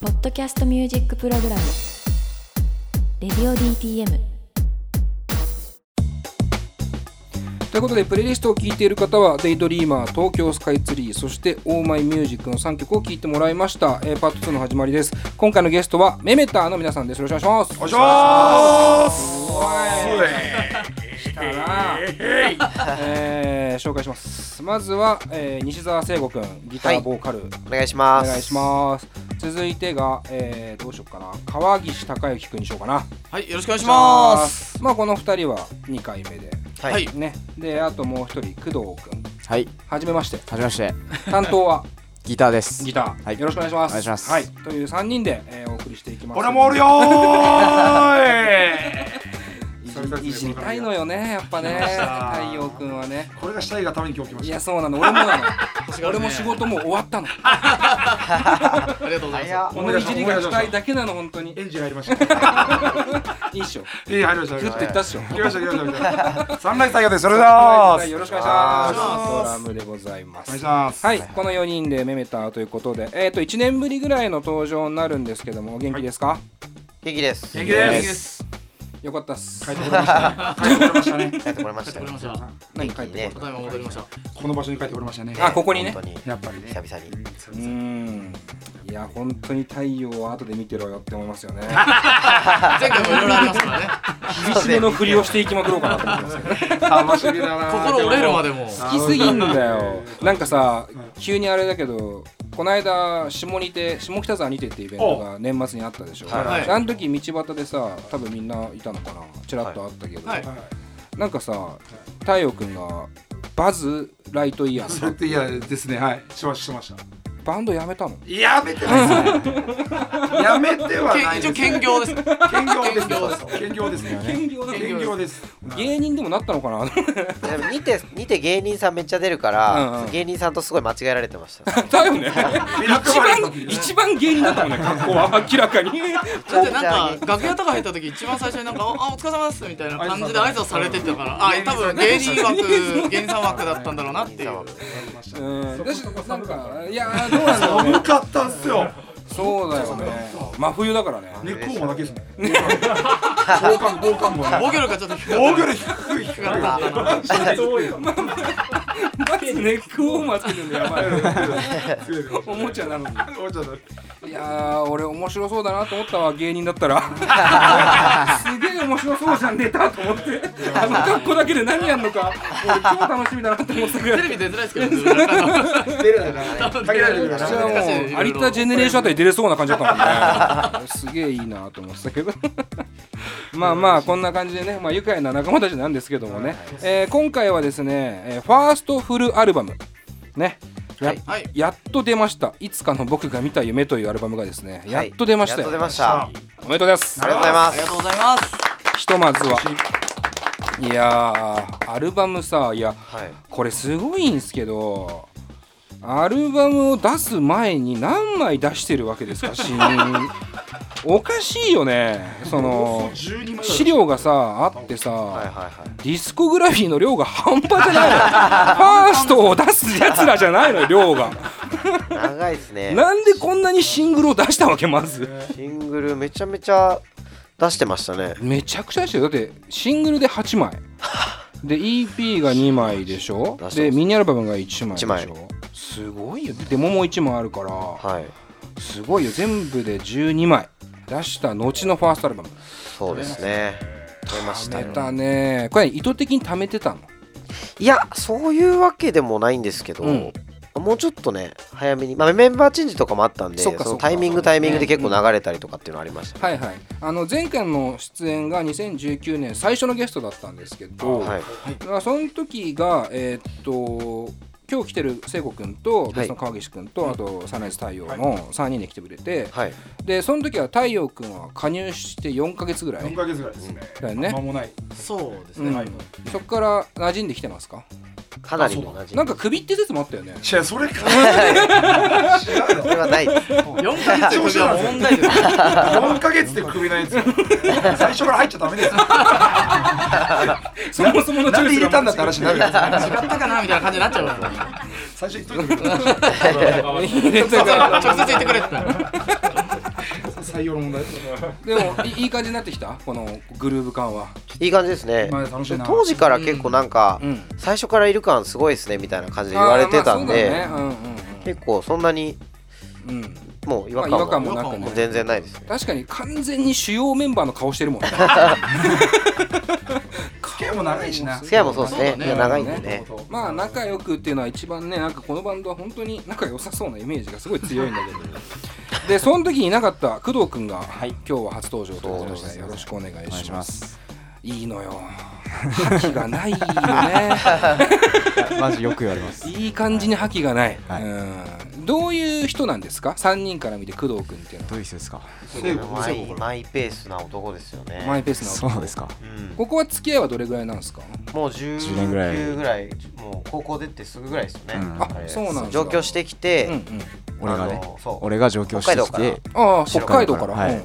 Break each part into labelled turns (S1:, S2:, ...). S1: ポッドキャストミュージックプログラムレディオ DTM
S2: ということでプレイリストを聴いている方は「デイドリーマー」「東京スカイツリー」そして「オーマイミュージック」の3曲を聴いてもらいました、えーパート2の始まりです今回のゲストはメメターの皆さんですよろしくお願いします
S3: お願いします
S2: えー紹介しますまずは、えー西澤聖吾くんギタ
S3: は
S2: ー
S3: い
S2: ボーカル、
S3: お願いしま
S2: お
S3: す
S2: 願いします続いてが、えーどうしようかな川岸孝之くんにしようかな
S4: はい、よろしくお願いします。
S2: すまあこの2人は2回目で
S3: すはい、
S4: はい
S2: ねであともう1人工藤くん
S5: はい、
S2: はじめまして
S5: はじめまして、
S2: 担当は
S5: ギターです。
S2: ギター、
S5: はい
S2: よろしくお願いします。
S5: お願いします
S2: はい、という三人で、えー、お送りしていきます。
S3: 俺もおるよーい
S2: いいじりたいのよね、やっぱね、太陽くんはね。
S6: これがしたいがために今日来ま
S2: い
S6: し
S2: や、
S6: た。
S2: そうなの、俺もなの。
S4: 私
S2: 俺も仕事もう終わったの。
S4: ありがとうございます。
S3: 早っ
S2: このいじりがしたいだけなの、本当に。
S6: エンジン入りま した。
S2: いいっしょ。
S6: ええ、入りました。
S2: ふっと言ったっしょ。
S6: 来ました、来ました、来ました。
S3: サンライズ太陽です。それでは
S2: よろしくお願いします。
S4: お願いします
S2: ドラムでございま
S6: お願いし
S2: す。
S6: ます。
S2: はい、この4人でメメターということで、えっ、と、1年ぶりぐらいの登場になるんですけども、お元気ですか、
S3: 元気です。
S6: 元気です
S4: す。
S2: よかったっす。
S6: 帰ってこれましたね。帰ってこれましたね。
S3: 帰ってこれましてた
S4: 帰っこれました。た
S2: 何帰ってこ
S4: だいま戻りました。
S6: この場所に帰ってこれましたね。
S2: たあ、ここにね
S3: 本。当に
S6: やっぱりね。
S3: 久々に。
S2: うーんいや本当に太陽は後で見てろよって思いますよね
S4: 前回もいろいろありますからね。
S2: 厳しめのふりをしていきまくろうかなと思ってますけどね
S6: 楽しみだな。
S4: 心折れるまでも。
S2: 好きすぎんだよなんかさ急にあれだけどこの間下にて下北沢にてってイベントが年末にあったでしょ、
S4: はい
S2: あの時道端でさ多分みんないたのかなちらっとあったけど、
S4: はい。
S2: なんかさ太陽くんがバズライトイヤー
S6: そ
S2: さ
S6: れっていやですね。はい。しました、してまし
S2: バンドやめたの
S6: た。やめてないですね。やめては
S4: け
S6: ない
S4: 一
S6: です。
S4: 応兼業です。
S6: 兼業です
S4: 兼業です。
S6: 兼業ですね。
S2: 兼業だ
S6: 兼業です。
S2: 芸人でもなったのかな
S3: でも似て似て芸人さんめっちゃ出るから、
S2: うんうん
S3: 芸人さんとすごい間違えられてました。
S2: だよね
S6: 一
S2: 一番一番芸人だったもんね格好は明らかに
S4: だってなんか楽屋とか入った時一番最初になんかあお疲れ様ですみたいな感じで挨拶されてたから、あ多分芸人枠芸人さん枠だったんだろうなっていう。
S2: うんだしなんかいやーどうなんだろうね
S6: 寒かったんすよ。
S2: そうだよね真冬だからね
S6: 根っこもだけですね。防寒防寒もね。
S4: 防御力がちょっと低
S6: 防御
S4: かっ
S6: 力低い低い。
S4: たな。
S2: マジネックウォーマーつけてるのやばいよねおもちゃなのに
S6: もうちょっと
S2: いやー俺面白そうだなと思ったわ芸人だったらすげえ面白そうじゃんネタと思ってあの格好だけで何やんのか俺超楽しみだなと思ってたぐら
S4: テ
S2: い
S4: レビ出づらいですけど。出
S6: 出る な。限られてるか
S2: じ
S6: ら
S2: ゃあ。もう有田ジェネレーションあたり出れそうな感じだったもんね すげえいいなと思ってたけど まあまあこんな感じでね、まあ、愉快な仲間たちなんですけどもね、えー今回はですね、えーファーストフルアルバムねや,、
S3: はい
S4: はい
S2: やっと出ました「いつかの僕が見た夢」というアルバムがですねや
S3: は
S2: っ
S3: い
S2: と出ました
S3: や
S2: よ、
S3: っと出ました。あ
S2: おめでとうございます
S3: りがとうございま
S4: あり
S3: す
S4: が。とうございます。
S2: ひとまずはいやーアルバムさいや
S3: はい。
S2: これすごいんすけどアルバムを出す前に何枚出してるわけですか新おかしいよねその
S6: 12枚
S2: 資料がさあってさ、
S3: はいはいはい。
S2: ディスコグラフィーの量が半端じゃないのファーストを出すやつらじゃないのよ量が
S3: 長いですね。
S2: なんでこんなにシングルを出したわけまず
S3: シングルめちゃめちゃ出してましたね。
S2: めちゃくちゃ出してるだってシングルで8枚で EP が2枚でしょ
S3: 出してます
S2: でミニアルバムが1枚でし
S3: 一
S2: ょすごいよでももう1枚あるから、
S3: はい。
S2: すごいよ全部で12枚出した後のファーストアルバム
S3: そうですね。出ました
S2: 出
S3: よ。
S2: たねこれ意図的に貯めてたの
S3: いやそういうわけでもないんですけど、
S2: うん
S3: もうちょっとね早めに、まあ、メンバーチェンジとかもあったんで
S2: そっか
S3: の
S2: そっか
S3: タイミングタイミングで結構流れたりとかっていうのありましたね、
S2: はいはいあの前回の出演が2019年最初のゲストだったんですけど、
S3: はい
S2: まあその時がえーっと今日来てる聖子くんと別の川岸くんと、あとサンライズ太陽の3人で来てくれて、
S3: はい
S2: でその時は太陽くんは加入して4ヶ月ぐら
S6: 4
S2: い
S6: ヶ月ぐらいですね。
S2: だよね
S6: 間もない。
S4: そうです
S2: う
S4: ね。
S2: んそっから馴染んできてますか
S3: かなりの同じ
S2: なんか首って説もあったよね
S6: 違う、それか。違う
S3: それはないです
S4: 四ヶ月以上は問題です。
S6: の。4ヶ月で首のやつ よ。最初から入っちゃダメ ですよ。
S2: そもそもの
S6: なんで入れたんだって話になるや
S4: 違ったかなみたいな感じになっちゃうからね
S6: つ。最初言っといてくれ。
S2: 入れたから
S4: 直接言ってくれって
S6: 採用の問題ですよね
S2: でもいいい感じになってきたこのグルーヴ感はい
S3: い感じですね
S2: まあ楽しいな
S3: 当時から結構なんか、
S2: うん
S3: 最初からいる感すごいですねみたいな感じで言われてたんで、
S2: あーまあそうだね
S3: 結構そんなに
S2: うんうんうんうん
S3: もう違
S2: まあ違和
S3: 和感は
S2: 感もなくね
S3: 全然ないですね
S2: 確かに完全に主要メンバーの顔してるもんね
S6: 付き合いも長いしな
S3: 付き合いもそうですね
S4: そうだね
S3: いや長いんでね
S2: まあ仲良くっていうのは一番ねなんかこのバンドは本当に仲良さそうなイメージがすごい強いんだけどでその時いなかった工藤君が、今日は初登場ということ
S5: そうです
S2: で
S5: ね
S2: よろしくお願い
S5: お願い
S2: し
S5: し
S2: ま
S5: ますす
S2: いいのよ覇気がないよ ね
S5: マジよく言われます
S2: いい感じに覇気がない、
S5: はい
S2: うんどういう人なんですか3人から見て工藤君っていうのは
S5: どういう人ですか
S3: マイマイペースな男ですよね
S2: マイペースな男
S5: そうですか
S3: うん
S2: ここは付き合いはどれぐらいなんですか
S3: もう
S5: 10年ぐらい
S3: 19ぐらいもう高校出てすぐぐらいですよね、
S5: うん
S2: あそうなんだ
S3: 上京してきて、
S2: うんうん
S5: 俺がね
S3: あのそう
S5: 俺が上京してき
S3: 北海道
S5: て
S2: ああ北海道から、
S5: はい
S2: うん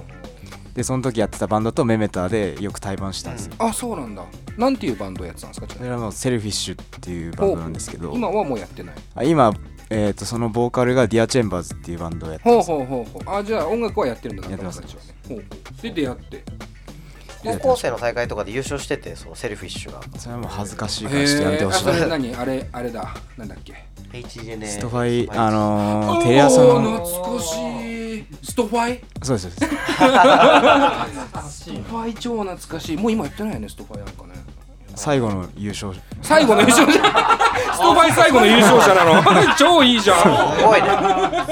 S5: でその時やってたバンドとメメタでよく対バンしたんですよ
S2: あそうなんだなんていうバンドやってたんですかちな
S5: そ
S2: みに
S5: れはもうセルフィッシュっていうバンドなんですけど
S2: 今はもうやってない
S5: あ今えー、とそのボーカルがディアチェンバーズっていうバンドをやって
S2: ほう
S5: ます
S2: ほうほうほうあじゃあ音楽はやってるんだ
S5: やってます
S2: 中村さんたちはねほうほうで出会って
S3: 高校生の大会とかで優勝しててそのセルフィッシュが
S5: それはもう恥ずかしいからちょっとやめてほしい
S2: へーあそれ何あれあれだなんだっけ
S3: HGN
S5: ストファイあのー、テレ朝
S2: お
S5: の
S2: ー懐かしいストファイ
S5: そうですそうです
S2: ストファイ超懐かしいもう今やってないよねストファイなんかね
S5: 最後の優勝
S2: 最後の優 勝者ストファイ最後の優勝者なの 超いいじゃん
S3: すごいね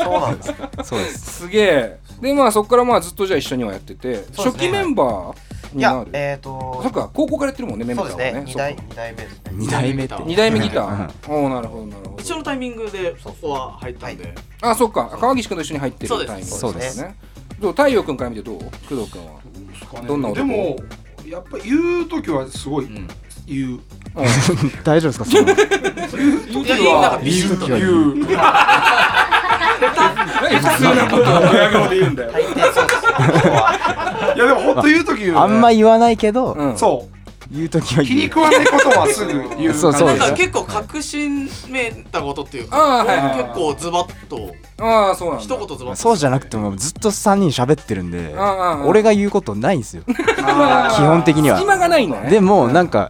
S3: そうなんです
S5: そうです
S2: すげえでまあそこからまあずっとじゃあ一緒にはやってて、
S3: そうですね
S2: 初期メンバー
S3: い
S2: にな
S3: や
S2: る
S3: えっ、ー、
S2: そっ
S3: と
S2: か高校からやってるもんねメン
S3: そ
S2: バ
S3: う
S2: ー
S3: です
S2: は
S3: ね
S2: ね
S3: 二代二代目ですね
S5: 2代目って
S2: 2代目ギタ
S5: うん
S2: ーおおなるほどなるほ
S4: 一緒
S2: ど
S4: のタイミングでここは入ったんで、
S2: あそっか川岸君と一緒に入ってるタイミングですね
S5: そうです
S3: そう
S2: どう太陽君から見てどう工藤君はどんな男
S6: でもやっぱ言う時はすごい
S2: ん
S6: 言う
S5: 大丈夫ですかその
S4: いやいやなんかビ
S5: 理
S4: シ
S5: 由
S4: ッ
S5: と
S4: と
S5: きは
S6: 言う
S2: 普通なこと
S6: 親顔で言うんだよ
S3: 大抵そうです
S6: いやでも本当言う時言うね
S5: あんま言わないけど、
S2: うん
S6: そ
S5: 言うときは
S6: う気に
S5: 言う
S6: 食わないことはすぐ言う
S5: そうそう
S4: なん
S5: です
S4: か結構確信めいたことっていう
S2: あーはいはい
S4: か結構ズバッと
S2: ああそうなんだ
S4: 一言ズバッと
S5: そうじゃなくてもずっと3人喋ってるんで
S2: ああああ
S5: 俺が言うことないんですよ 基
S2: まあ
S5: 本的には
S2: 隙間がないのね
S5: でもなんか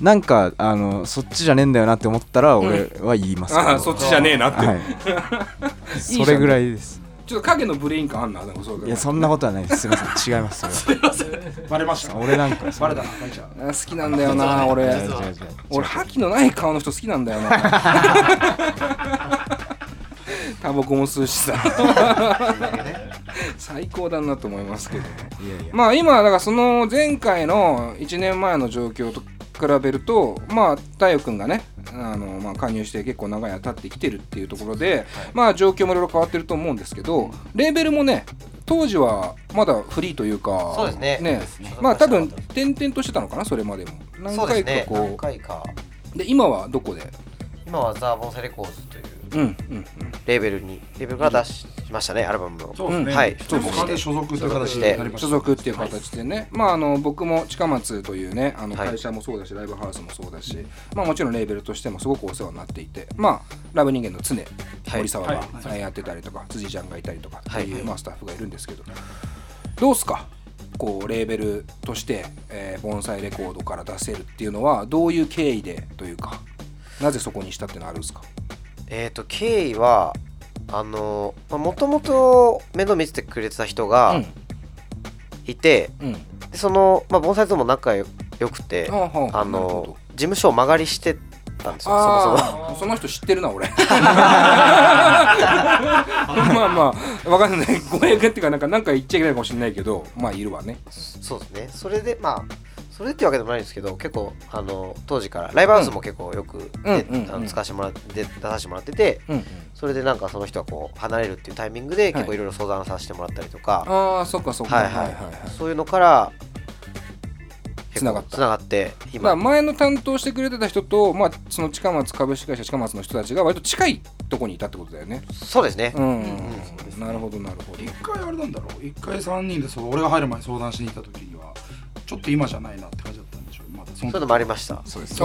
S5: なんかあのそっちじゃねえんだよなって思ったら俺は言いますけど、
S2: ああそっちじゃねえなって
S5: はい、
S2: いいじゃん
S5: それぐらいです
S2: ちょっと影のブレイン感あんななんかそうだ
S5: い
S2: ね
S5: やそんなことはないですすみません違いますそれ
S6: バレました
S5: は俺なんか
S6: バレたな大ちゃん
S2: あ好きなんだよな俺
S5: 違う違う違う
S2: 俺覇気のない顔の人好きなんだよな タバコも吸うしさ最高だなと思いますけどね
S5: いやいや
S2: まあ今だからその前回の1年前の状況と比べるとまあ太陽君がねあのまあ加入して結構長い間経ってきてるっていうところで、まあ状況もいろいろ変わってると思うんですけどレーベルもね当時はまだフリーというか
S3: そうですね
S2: まあ多分転々としてたのかなそれまでも何
S3: そうで
S2: 回
S3: すね
S2: かこ
S3: 何
S2: う
S3: 回か
S2: で,、今はどこで
S3: 今はザ・ボンセレコーズという
S2: うんうん
S3: レーベルにレーベルから出しましたねアルバムを
S6: そうですね、
S2: うん
S3: はい
S6: でも完全所属という形
S3: で
S6: になりまし
S2: 所
S6: た
S2: 属っていう形でね、まああの僕も近松というねあの
S3: はい
S2: 会社もそうだし、ライブハウスもそうだし、まあもちろんレーベルとしてもすごくお世話になっていてまあラブ人間の常、森沢が、
S6: はい
S2: えーやってたりとか辻ちゃんがいたりとかって
S3: はい
S2: いう、
S3: はい
S2: まあ、スタッフがいるんですけど、どうっすかこうレーベルとして、えー、盆栽レコードから出せるっていうのはどういう経緯でというかなぜそこにしたっていうのはあるんですか
S3: えっ、と経緯はあのもともと面倒見ててくれてた人がいて、
S2: うんうん
S3: でその、まあ、盆栽とも仲良くて
S2: あはあなる
S3: あ
S2: ほど
S3: の事務所を曲がりしてたんですよそもそも
S2: あーその人知ってるな俺 まあまあわかんないごめんっていうかなんかなんか言っちゃいけないかもしれないけどまあいるわね
S3: そうですねそれでまあそれってわけでもないんですけど結構あの当時からライブハウスも結構よくで、
S2: うんうん
S3: あ
S2: うん
S3: の使わせてもらって出させてもらってて
S2: うん、うん、
S3: それでなんかその人がこう離れるっていうタイミングで結構いろいろ相談させてもらったりとか、
S2: ああそっかそっか
S3: はいはいそういうのから
S2: 繋がった
S3: つながって
S2: だから
S3: 今
S2: 前の担当してくれてた人と、まあ、その近松株式会社近松の人たちが割と近いとこにいたってことだよね
S3: そうですね、
S2: うん、うん
S3: そうです
S2: なるほどなるほど
S6: 一回あれなんだろう一回三人でそう俺が入る前に相談しに行った時にはちょっと今じゃないなって感じだったんでしょまだその
S3: そういうの
S6: 時
S3: もありました
S5: そうです
S2: ああ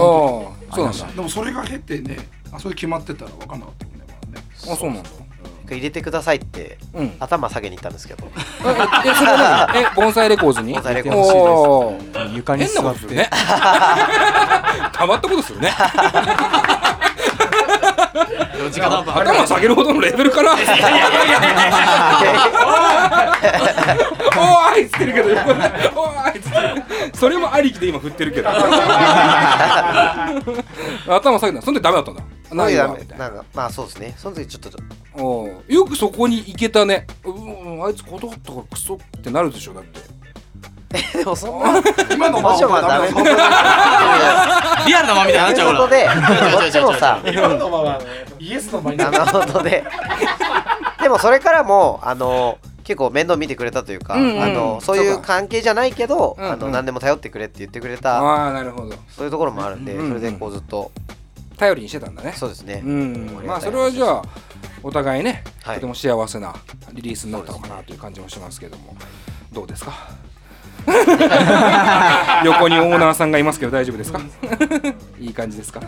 S2: そうなんだ
S6: でもそれが経ってねあそれ決まってたら分かんなかったもんね,、まあ、ね
S2: あそうなんだ
S3: 一入れてくださいって
S2: うん
S3: 頭下げに行ったんですけど
S2: ええそれ何え盆栽レコーズに
S3: 盆栽レコ
S5: ーズ
S2: おー
S5: 床に
S2: 変な
S5: 座
S2: こ
S5: っ
S2: とす
S5: て
S2: るね たまったことするね
S4: 四時間半分
S2: 頭下げるほどのレベルかなおーいっつってるけど横でおーいっつってそれもありきで今振ってる けど頭下げたそんでダメだったんだないわみたいな
S3: なんかまあそうですねその時ちょっと
S2: おうよくそこに行けたねうんあいつ断ったからクソってなるでしょだって
S3: でもそんな
S6: 今の
S3: もちろんまあダメ
S6: そんな
S4: リアルな間みたいになっち
S3: と
S4: ゃ
S3: いううこ
S4: か
S3: とで
S4: ら
S3: こっちもさ
S6: 今のままイエスの場にな
S3: な
S6: る
S3: るほどね。でもそれからもあの結構面倒見てくれたというか、
S2: うんうん
S3: あのそうい
S2: そう
S3: う
S2: か
S3: 関係じゃないけど、
S2: うんうん
S3: あの何でも頼ってくれって言ってくれた
S2: ああなるほど
S3: そういうところもあるんで、
S2: うんうん
S3: それでこうずっと
S2: 頼りにしてたんだね
S3: そうですね。
S2: うん
S3: あり
S2: まあ
S3: がた
S2: そ
S3: い話です
S2: れはじゃあお互いね、
S3: はい
S2: とても幸せなリリースになったのかなという感じもしますけどもどうです か横にオーナーさんがいますけど大丈夫ですかいい感じですか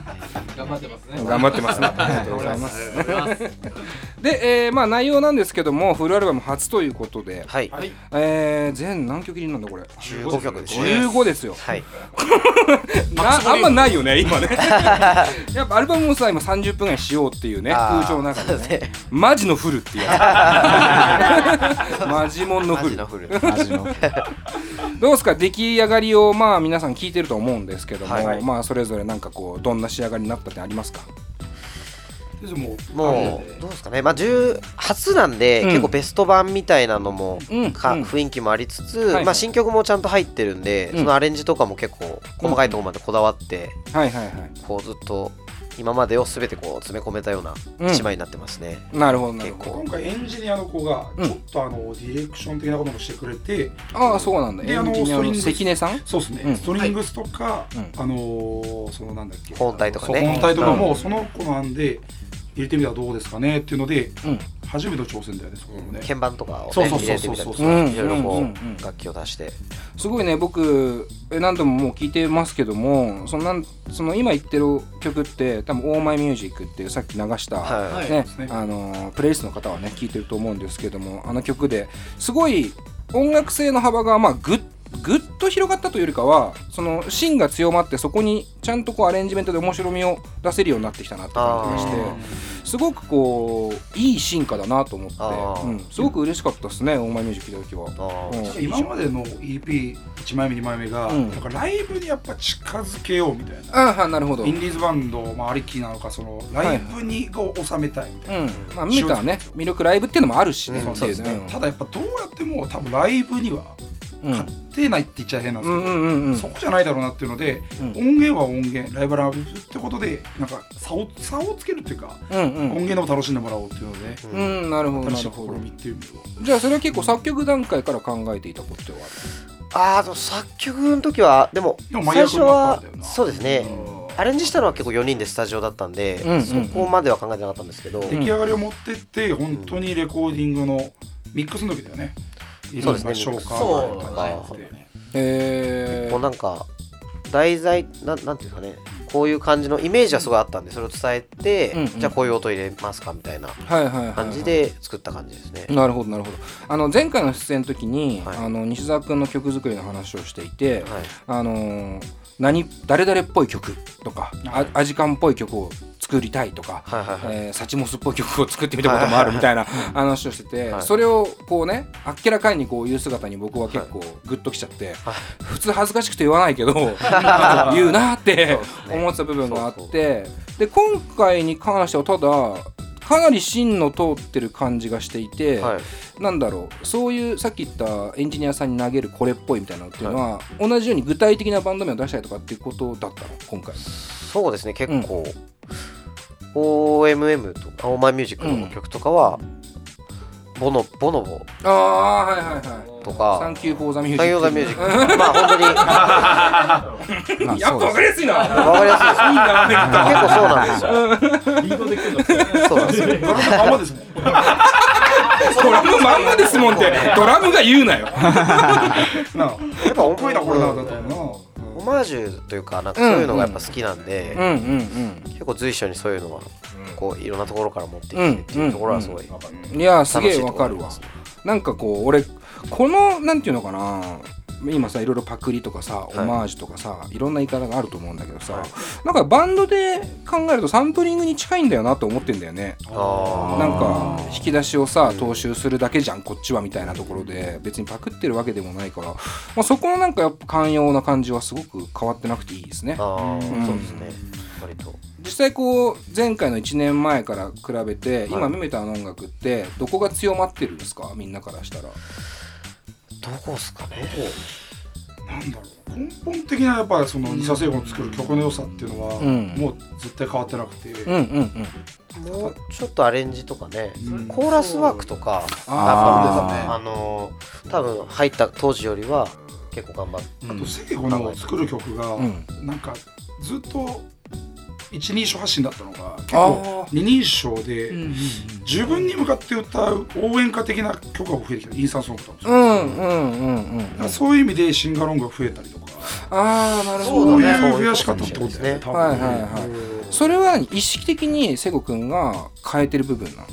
S2: 頑張ってますね頑張ってますねありがとうございますで、えーまあ内容なんですけどもフルアルバム初ということで、
S3: はい、
S2: えー全何曲入りなんだこれ
S3: 15曲ですね。
S2: 15ですよ
S3: はい、
S2: なあんまないよね今 ねやっぱアルバムもさ今30分ぐらいしようっていうね
S3: あー
S2: 風潮の中で、
S3: そう
S2: ね
S3: ですね
S2: マジのフルっていうや つマジモンの
S3: マ
S2: フ
S3: ジ
S2: ル
S3: のフル。
S5: 味の
S2: どうですか出来上がりをまあ皆さん聞いてると思うんですけども、
S3: はい
S2: まあそれぞれなんかこうどんな仕上がりになったってありますか
S6: もう
S3: もうどうですかね、まあ、10初なんで、
S2: うん
S3: 結構ベスト版みたいなのも
S2: うん
S3: か、
S2: うん
S3: 雰囲気もありつつ、
S2: いはい
S3: まあ、新曲もちゃんと入ってるんで、
S2: うん
S3: そのアレンジとかも結構細かいところまでこだわって、
S2: はいはいはい
S3: こうずっと今までを全てこう詰め込めたような
S2: うん
S3: 一枚になってますね。
S2: なるほどなる
S3: 結
S2: ほど
S3: 構
S6: 今回エンジニアの子が
S2: うん
S6: ちょっとあのディレクション的なこともしてくれて、
S2: ああそうなんだ
S6: で
S2: エンジニア
S6: あの
S2: の関根さん
S6: そうですね、
S2: うん
S6: ストリングスとか、
S2: うん
S6: あのーそのなんだっけ
S3: 本体とか
S6: そ
S3: ね
S6: う本体とかもその子なんで入れてみたらどうですかねっていうので
S2: うん
S6: 初めての挑戦だよねそこもね、
S3: 鍵盤とかを、ね、
S6: そうそうそ
S3: 入
S6: う
S3: れて
S6: そう
S3: み
S6: そ
S3: たり
S6: う
S3: とか、いろいろこう、
S2: うんうんうんうん
S3: 楽器を足して、
S2: すごいね僕え何度ももう聞いてますけどもそのなんその今言ってる曲って多分「オーマイミュージック」っていうさっき流した、
S3: はい
S4: はい
S2: ね
S6: ですね
S2: あのープレイリストの方はね聞いてると思うんですけどもあの曲ですごい音楽性の幅がまあぐっぐっと広がったというよりかはその芯が強まってそこにちゃんとこうアレンジメントで面白みを出せるようになってきたなって感じがして
S3: あ
S2: すごくこういい進化だなと思って、
S3: あー
S2: うん、すごく嬉しかったですね「オーマイミュージック」聞いた時は。
S3: あー
S2: うん
S6: 今までの EP1 枚目2枚目が、
S2: うん
S6: なんかライブにやっぱ近づけようみたいな、
S2: あーなるほど
S6: インディーズバンド、まあ、ありきなのかそのライブにこう収めたいみたいな。
S2: うん、まあ、見たらね、魅力ライブっていうのもあるしね、
S3: うん
S2: って
S6: そう
S2: い
S6: で
S2: う
S6: す
S2: ね
S6: ね、ただやっぱどうやっても多分ライブには
S2: うん
S6: 勝てないって言っちゃ変なんで
S2: う
S6: すけ
S2: ん
S6: ど、
S2: うんうんうん
S6: そこじゃないだろうなっていうので、
S2: うん
S6: 音源は音源ライブラブってことでなんか差を差をつけるっていうか、
S2: うんう
S6: 音
S2: ん
S6: 源でも楽しんでもらおうっていうので、
S2: うんなるほど
S6: 新
S2: な
S6: し
S2: る
S6: い
S2: ほ
S6: 試
S2: ど
S6: みっていう意味では
S2: じゃあそれは結構作曲段階から考えていたことは
S3: あーでも作曲の時はでも
S6: でも
S3: 最初
S6: 真
S3: は
S6: 逆になったんだよな
S3: そうですねアレンジしたのは結構4人でスタジオだったんで、
S2: うんうん
S3: そこまでは考えてなかったんですけど、
S6: 出来上がりを持ってって本当にレコーディングのミックスの時だよねいろんな
S3: そ
S6: 紹
S3: うですね
S6: 介
S3: そう
S6: とかって
S2: へ
S3: もうなんか題材ななんていうんですかねこういう感じのイメージはすごいあったんでそれを伝えて、
S2: うんうん
S3: じゃあこういう音入れますかみたいな
S2: ー、はいはいはい、
S3: 感じで作った感じですね。
S2: なるほどなるほどあの前回の出演の時に、
S3: はい
S2: あの西澤君の曲作りの話をしていて、
S3: はい
S2: あのー何誰々っぽい曲とか、あアジカンっぽい曲を作りたいとか、
S3: はいはいはい
S2: えーサチモスっぽい曲を作ってみたこともあるみたいな話をしてて、
S3: はい
S2: それをこうねあっけらかんにこう言う姿に僕は結構グッときちゃって、普通恥ずかしくて言わないけど 言うなって思ってた部分があってで今回に関してはただかなり芯の通ってる感じがしていて、
S3: はい
S2: なんだろうそういうさっき言ったエンジニアさんに投げるこれっぽいみたいなのっていうのは、同じように具体的なバンド名を出したりとかっていうことだったの今回。
S3: そうですね結構、OMM とか OMI ミュージックの曲とかは、ボノボノボ
S2: ああはいはいはい。
S3: と
S2: サン
S3: か
S2: キューフォーザミュージック。
S3: 太陽座ミュージックまあ本当にわ
S5: まあ
S2: やっぱ
S5: そう
S2: 分
S5: で
S2: かりやすいな。
S3: かりやすいです
S2: いいななんか
S3: 結構そうなんですよ。 そうなんですよ。
S6: ドラムのまんまですもん
S2: ドラムまんまですもんって、ドラムが言うなよ。
S6: なあ
S3: やっぱ
S6: かっこいいなこれなだと思うな
S3: オマージュというかなんかそういうのがやっぱ好きなんで、
S2: うんうん
S3: 結構随所にそういうのはこういろんなところから持ってきてっていうところはすごい、
S2: いやーすげ
S3: 楽
S2: え
S3: しいと
S2: わ
S3: ころ
S2: か
S3: あり
S2: るわ
S3: ます
S2: なんかこう俺このなんていうのかな今さいろいろパクリとかさオ
S3: い
S2: マージュとかさ、い、ろんな言い方があると思うんだけどさ、なんかバンドで考えるとサンプリングに近いんだよなと思ってんだよね
S3: あ
S2: なんか引き出しをさ踏襲するだけじゃんこっちはみたいなところで別にパクってるわけでもないから、まあ、そこのなんかやっぱ寛容な感じはすごく変わってなくていいですね
S3: ーあ
S2: うん
S3: ーそうですね割と
S2: 実際こう前回の1年前から比べて今
S3: はい
S2: メメタの音楽ってどこが強まってるんですかみんなからしたら
S3: どこですかね
S6: なんだろう根本的なやっぱりその二者製法を作る曲の良さっていうのは、
S2: うん
S6: もう絶対変わってなくて、
S2: うんうんうん
S3: もうちょっとアレンジとかね、
S6: うん
S3: コーラスワークとか
S6: あー
S3: やっぱあのー多分入った当時よりは結構頑張って
S6: あと聖子の作る曲が、
S2: ん
S6: なんかずっと一人称発信だったのが結
S2: あ
S6: 構二人称で、自分に向かって歌う応援歌的な曲が増えてきたインスタントソングとかもそううですよ
S2: んうんうんうん
S6: だからそういう意味でシンガロングが増えたりとか
S2: ああなるほ
S6: そ
S2: ど
S6: う
S2: ね
S3: だね
S6: いう増やし方ってことだよね多分
S2: はいはいはいそれは意識的に瀬く君が変えてる部分なの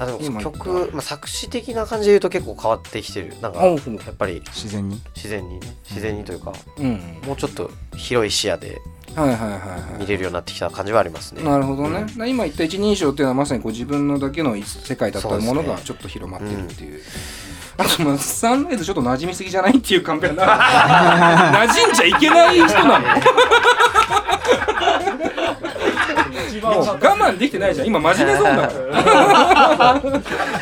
S3: あで
S2: 今
S3: も
S2: 言った
S3: 曲、まあ、作詞的な感じで言うと結構変わってきてるなんか
S2: あ
S3: や
S2: ほうほう
S3: っぱり
S5: 自然に
S3: 自然にね自然にというか
S2: うん
S3: もうちょっと広い視野で
S2: はいはいはいはい
S3: 見れるようになってきた感じはありますね
S2: なるほどね、な今言った一人称っていうのはまさにこう自分のだけの世界だったもの
S3: そうです
S2: が
S3: ね
S2: ちょっと広まってるっていう。あと、まあ、サンライズちょっと馴染みすぎじゃないっていうカンペな 馴染んじゃいけない人なのもう我慢できてないじゃん今真面目そうだか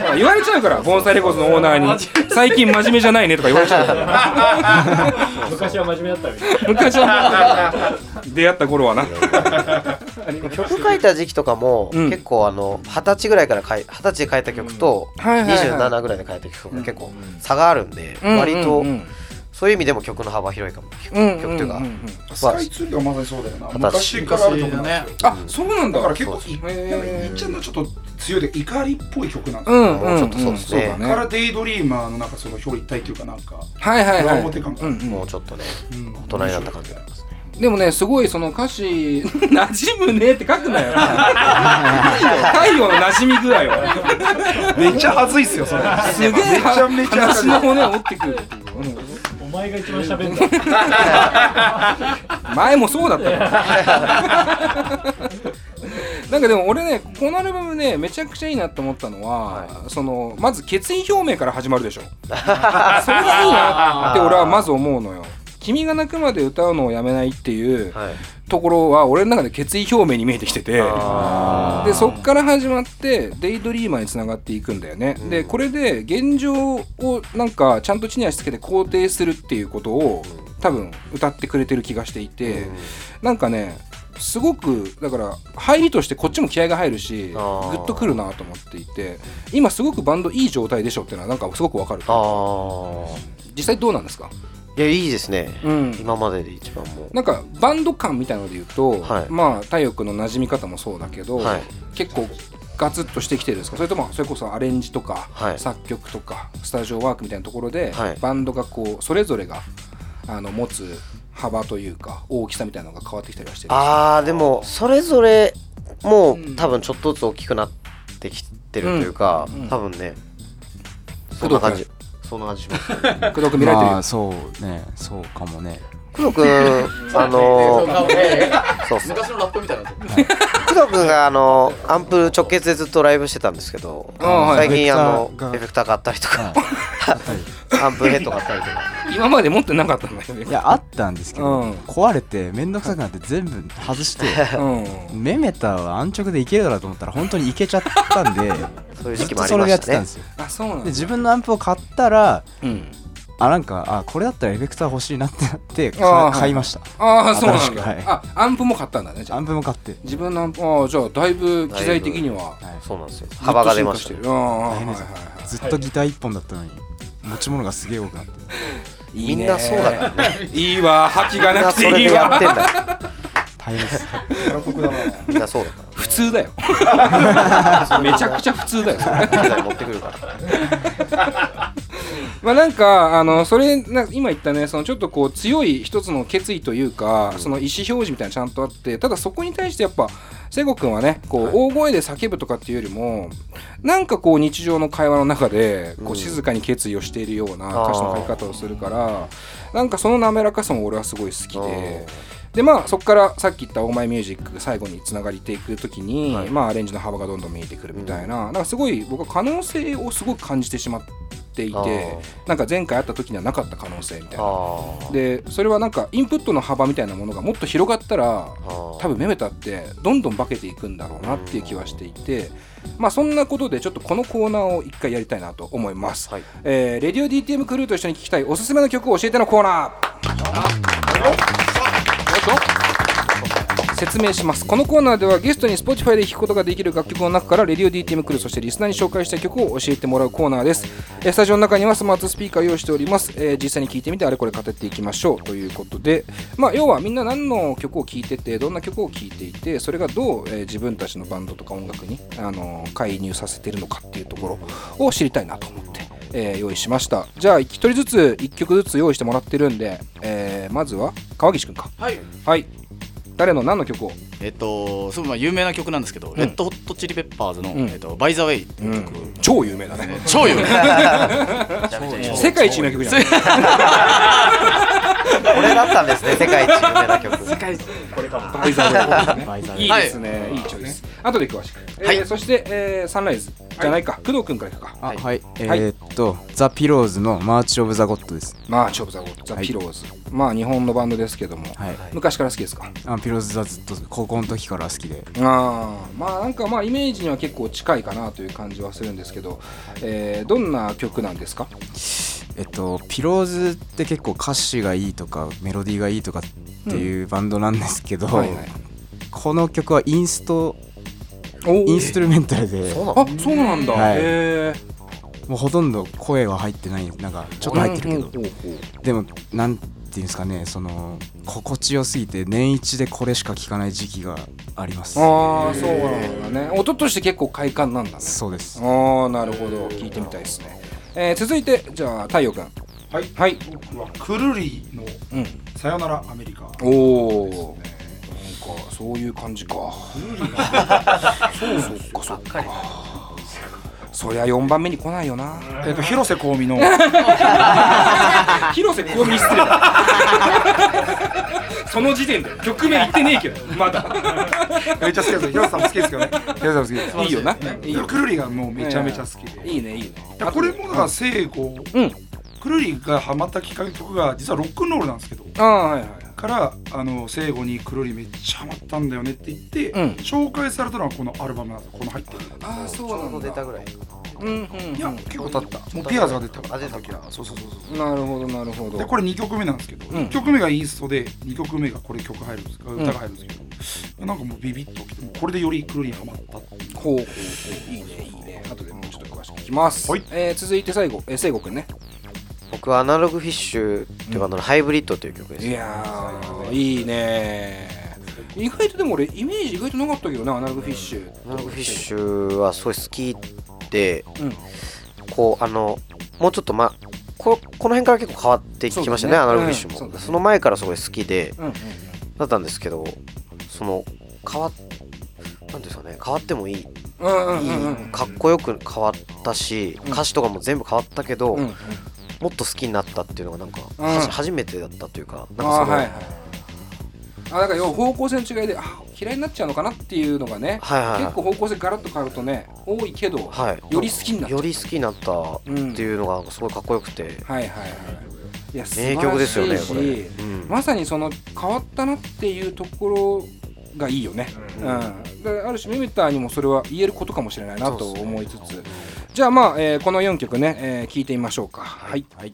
S2: ら 言われちゃうから盆栽レコーズのオーナーに最近真面目じゃないねとか言われちゃうから
S7: 昔は真面目だったみたいな。
S2: 昔は出会った頃はな
S3: 曲書いた時期とかも、
S2: うん
S3: 結構あの二十歳ぐらいから書い二十歳で書いた曲と、
S2: はいはいはい
S3: 27ぐらいで書いた曲が結構差があるんで、割と、
S2: うんうん
S3: そういう意味でも曲の幅広いかも、
S2: うんうんうん
S3: 曲というか、
S2: んんん
S6: スカイツリーはまさにそうだよな
S3: 私
S6: 昔からあると思うんだよ
S4: ね
S2: あそうなんだ
S6: だ
S2: か
S6: からら結構い
S2: へー
S6: っちゃんのちょっと強いで怒りっぽい曲なんです
S2: う
S6: よ
S2: ん
S3: もうちょっとそ
S2: う
S3: う
S2: ん
S3: で
S2: そ
S3: す
S2: う
S3: ね
S2: だ
S6: だ
S2: ね
S6: からデイドリーマーのなんかその表裏一体というかなんか
S2: はいはいはい
S6: 裏表感が
S2: うんうん
S3: もうちょっとね
S6: うん
S3: 大人になった感じがありますね、
S2: でもねすごいその歌詞 馴染むねって書くなよ太陽の馴染み具合は
S6: めっちゃ恥ずいっすよそれ
S2: すげえ
S6: めちゃめちゃ恥
S2: 話
S6: ずい
S2: の骨を折ってくるっていう
S7: お前が一番喋んだ。
S2: うん 前もそうだったからなんかでも俺ねこのアルバムねめちゃくちゃいいなと思ったのは、そのまず決意表明から始まるでしょそれがいいなって俺はまず思うのよ君が泣くまで歌うのをやめないっていう、
S3: はい
S2: ところは俺の中で決意表明に見えてきてて
S3: あ
S2: でそっから始まってデイドリーマーにつながっていくんだよね、でこれで現状をなんかちゃんと地に足つけて肯定するっていうことを多分歌ってくれてる気がしていて、なんかねすごくだから入りとしてこっちも気合が入るしグ
S3: あー
S2: ッとくるなと思っていて今すごくバンドいい状態でしょっていうのはなんかすごくわかる
S3: あー
S2: 実際どうなんですか、
S3: いやいいですね、
S2: うん
S3: 今までで一番もう
S2: なんかバンド感みたいので言うと、
S3: はい
S2: まあ体育の馴染み方もそうだけど、
S3: はい
S2: 結構ガツッとしてきてるんですかそれともそれこそアレンジとか、
S3: はい
S2: 作曲とかスタジオワークみたいなところで、
S3: はい
S2: バンドがこうそれぞれがあの持つ幅というか大きさみたいなのが変わってきたりはしてるんですか
S3: あーでもそれぞれもう多分ちょっとずつ大きくなってきてるというか、
S2: うんうん
S3: 多分ね
S2: 工
S3: そん
S2: 藤
S3: な感
S2: 君
S3: じそんな感じします
S2: 工藤君見られてる、
S5: まあそうねそうかもね
S3: 工藤君あのーそうっす
S4: 昔のラップみたいになってる。
S3: 工藤君があのアンプ直結でずっとライブしてたんですけど
S2: あーはい
S3: 最近あの
S5: エフェクターが
S3: エフェクター買ったりとか
S5: やっぱり
S3: アンプヘッド買ったりとか
S2: 今まで持ってなかったんだよね
S5: いやあったんですけど、
S2: うん
S5: 壊れてめんどくさくなって全部外して
S2: うん
S5: メメタは安直でいけるだろうと思ったら本当にいけちゃったんで
S3: そういう時
S5: ずっ
S3: 期も
S5: と
S3: あり
S5: それ
S3: ま
S5: でや
S3: し
S5: って
S3: た
S5: た
S3: ね
S5: んですよ
S2: あそうなん
S5: で
S2: だ
S5: 自分のアンプを買ったら
S2: うん
S5: あなんかあこれだったらエフェクター欲しいなってなって
S2: あーはい
S5: 買いました
S2: ああそうな
S5: 新し
S2: ん
S5: く
S2: だ、
S5: はい
S2: あアンプも買ったんだねじゃ
S5: ア
S2: あ
S5: ンプも買って
S2: 自分のアンプああじゃあだいぶ機材的には
S3: そうなんですよ幅が出ました
S2: ずっ
S3: よ
S2: と進化してるああ
S5: 大変です
S2: は
S5: よ
S2: いはいはい
S5: ずっとギター一本だったのに持ち物がすげえ多くなって
S2: いいね
S3: みんなそうだから
S2: いいわ覇気が
S3: み
S2: な
S3: んな
S2: く
S3: それ
S2: てい
S3: で
S2: い
S3: やってん
S2: わ
S3: だ
S5: 大変です
S3: みんなそうだか
S2: 普通 だよめちゃくちゃ普通だよそれ
S3: ら機材持ってくるから
S2: まあなんかあのそれな今言ったねそのちょっとこう強い一つの決意というかその意思表示みたいなのちゃんとあってただそこに対してやっぱセゴくんはねこう大声で叫ぶとかっていうよりもなんかこう日常の会話の中でこう
S3: う
S2: ん静かに決意をしているような
S3: あー
S2: 歌詞の書き方をするからなんかその滑らかさも俺はすごい好き
S3: あ
S2: で
S3: ー。
S2: でまあ、そこからさっき言った「オーマイミュージック」が最後につながりていく時に、
S3: はい
S2: まあ、アレンジの幅がどんどん見えてくるみたいな,、なんかすごい僕は可能性をすごく感じてしまってい
S3: あ
S2: て
S3: ー
S2: なんか前回会った時にはなかった可能性みたいな
S3: あー
S2: でそれはなんかインプットの幅みたいなものがもっと広がったら
S3: あー
S2: 多分メメタってどんどん化けていくんだろうなっていう気はしていて、まあ、そんなことでちょっとこのコーナーを一回やりたいなと思います、
S3: はい
S2: えーレディオ DTM クルーと一緒に聞きたいおすすめの曲を教えてのコーナー説明しますこのコーナーではゲストに Spotify で聴くことができる楽曲の中からレディオ DTM クルーそしてリスナーに紹介した曲を教えてもらうコーナーですえースタジオの中にはスマートスピーカーを用意しております、えー実際に聴いてみてあれこれ語っていきましょうということでまあ要はみんな何の曲を聴いててどんな曲を聴いていてそれがどう、えー自分たちのバンドとか音楽に、あのー介入させてるのかっていうところを知りたいなと思って、えー用意しましたじゃあ一人ずつ一曲ずつ用意してもらってるんで、えーまずは川岸くんか
S4: はい
S2: はい誰の何の曲を
S4: えっとすごいまあ有名な曲なんですけど、レッドホットチリペッパーズの、
S2: ん
S4: えっとバイザウェイっていう曲、
S2: 超有名だね
S4: 超有名
S2: 世界一の曲じゃん
S3: これだったんで すね世界一有名な曲世界一
S7: これかも
S2: バイザーウェイ
S7: 倍
S2: いいですね、い、いチョイス後で詳しく、
S4: は
S2: えー
S4: い
S2: そして、えーサンライズじゃないか、工藤君からいくか
S5: あはい、え
S2: はい
S5: ーっと、ザ・ピローズのマーチ・オブ・ザ・ゴッドです。
S2: まあチョブザ・ゴッドザ・
S5: はい
S2: ピローズ、まあ日本のバンドですけども、
S5: はい。
S2: 昔から好きですか
S5: あピローズはずっと高校の時から好きで。
S2: あーまあなんかまあイメージには結構近いかなという感じはするんですけど、えーどんな曲なんですか
S5: えっと、ピローズって結構歌詞がいいとかメロディーがいいとかっていうバンドなんですけど、
S2: はいはい
S5: この曲はインスト
S2: おー
S5: インストゥルメンタルで
S3: そうなの
S2: あそうなんだ、
S5: はい
S2: へえ
S5: もうほとんど声は入ってないなんかちょっと入ってるけど、でもなんていうんですかねその心地よすぎて年一でこれしか聴かない時期があります
S2: ああそうなんだね音として結構快感なんだね
S5: そうです
S2: ああなるほど聞いてみたいですね、えー続いてじゃあ太陽君
S6: はい
S2: はい
S6: 僕はくるりの
S2: うん
S6: 「さよならアメリカ」
S2: おお、なんかそういう感じか。そうそっかそっか。そりゃ四番目に来ないよな。
S6: えっと広瀬香美の
S2: 広瀬香美失礼 だ。その時点で曲名言ってねえけどまだ。
S6: めっちゃ好きですよ広瀬さんも好きですけどね広瀬さんも好き
S2: いいよな。いいよ。
S6: くるりがもうめちゃめちゃ好きで
S2: いいねいいね。
S6: だからこれもだから聖子
S2: うん。
S6: くるりがハマったきっかけ曲が実はロックンロールなんですけど
S2: ああはいはい。
S6: からあの聖子にくるりめっちゃハマったんだよねって言って、
S2: うん
S6: 紹介されたのはこのアルバムなんですよこの入ってる
S2: ああ
S3: ち
S2: そ
S3: ょうど
S2: うな
S3: 出
S2: ん
S3: た
S2: だ。
S3: ぐらいか
S2: うんうんうん。
S6: いや、結構経ったもうピアーズが出たから
S3: あ出た
S6: 時だそうそうそうそう
S2: なるほどなるほど。
S6: でこれ2曲目なんですけど、
S2: ん
S6: 1曲目がインストで2曲目がこれ曲入るんですか
S2: ん
S6: 歌が入るんですけど、なんかもうビビッときてもうこれでよりくるりハマったっていう
S2: ほうほうほういいねいいね。後でもうちょっと詳しく聞きます。
S6: はい
S2: えー続いて最後えー聖子くんね。
S3: 僕はアナログフィッシュってバンドのハイブリッドという曲です
S2: いやーいいね意外とでも俺イメージ意外となかったけどなアナログフィッシュ
S3: アナログフィッシュはすごい好きで
S2: うん
S3: こうあのもうちょっとまここの辺から結構変わってきました
S2: そ
S3: ね
S2: うだね
S3: アナログフィッシュ
S2: うん
S3: も、
S2: そうだね
S3: その前からすごい好きで
S2: うんうん
S3: だったんですけどその変わっなんていうんですかね変わってもいい
S2: うんうん
S3: い
S2: うんうん
S3: いかっこよく変わったし、
S2: ん
S3: 歌詞とかも全部変わったけど、
S2: うん
S3: もっと好きになったっていうのがなんか、
S2: うん
S3: はじ初めてだったというか
S2: あ
S3: なんか
S2: ー
S3: その、
S2: は
S3: はいい
S2: はいあだから要は方向性の違いであ嫌いになっちゃうのかなっていうのがね、
S3: はいはい
S2: 結構方向性ガラッと変わるとね多いけど、
S3: はい
S2: より好きになっちゃ
S3: よ
S2: う
S3: り好きになったっていうのがなんかすごいかっこよくて、
S2: はいはいはいいや
S3: 名曲ですよね
S2: 素
S3: こ
S2: 晴らしいし、
S3: れうん
S2: まさにその変わったなっていうところがいいよね、うんである種メメターにもそれは言えることかもしれないなと思いつつ、じゃあまあ、えーこの4曲ね聴、えー聞いてみましょうかはい、はい